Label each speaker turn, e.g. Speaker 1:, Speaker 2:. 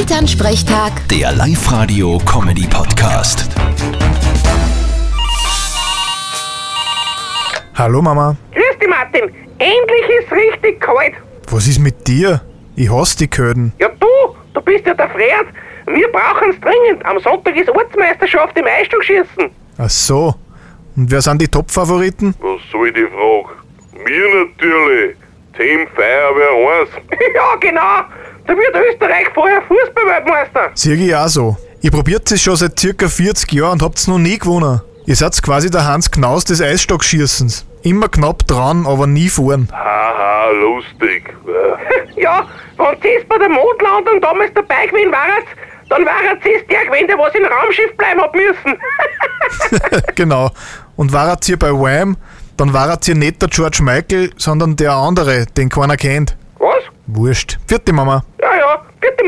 Speaker 1: Elternsprechtag,
Speaker 2: Der Live-Radio-Comedy-Podcast.
Speaker 3: Hallo Mama,
Speaker 4: Grüß dich, Martin. Endlich ist richtig kalt.
Speaker 3: was ist mit dir? Ich hasse die Köden.
Speaker 4: Ja, du, du bist ja der Fred. Wir brauchen's dringend. Am Sonntag ist Ortsmeisterschaft im Eisstockschießen.
Speaker 3: Ach so. Und wer sind die Top-Favoriten?
Speaker 5: Was soll die Frage? Mir natürlich. Team Feuerwehr 1.
Speaker 4: ja, genau. Da wird Österreich vorher Fußballweltmeister.
Speaker 3: Sieh ich auch so. Ihr probiert es schon seit circa 40 Jahren und habt's noch nie gewonnen. Ihr seid quasi der Hans Knaus des Eisstockschießens. Immer knapp dran, aber nie vorn.
Speaker 5: Haha, lustig.
Speaker 4: ja, wenn sie bei der Mondlandung damals dabei gewesen waren, dann waren sie der gewesen, der was im Raumschiff bleiben hat müssen.
Speaker 3: genau. Und warat ihr bei Wham, dann warat ihr nicht der George Michael, sondern der andere, den keiner kennt.
Speaker 4: was?
Speaker 3: Wurscht. Vierte Mama.
Speaker 4: Ja, ja. Bitte,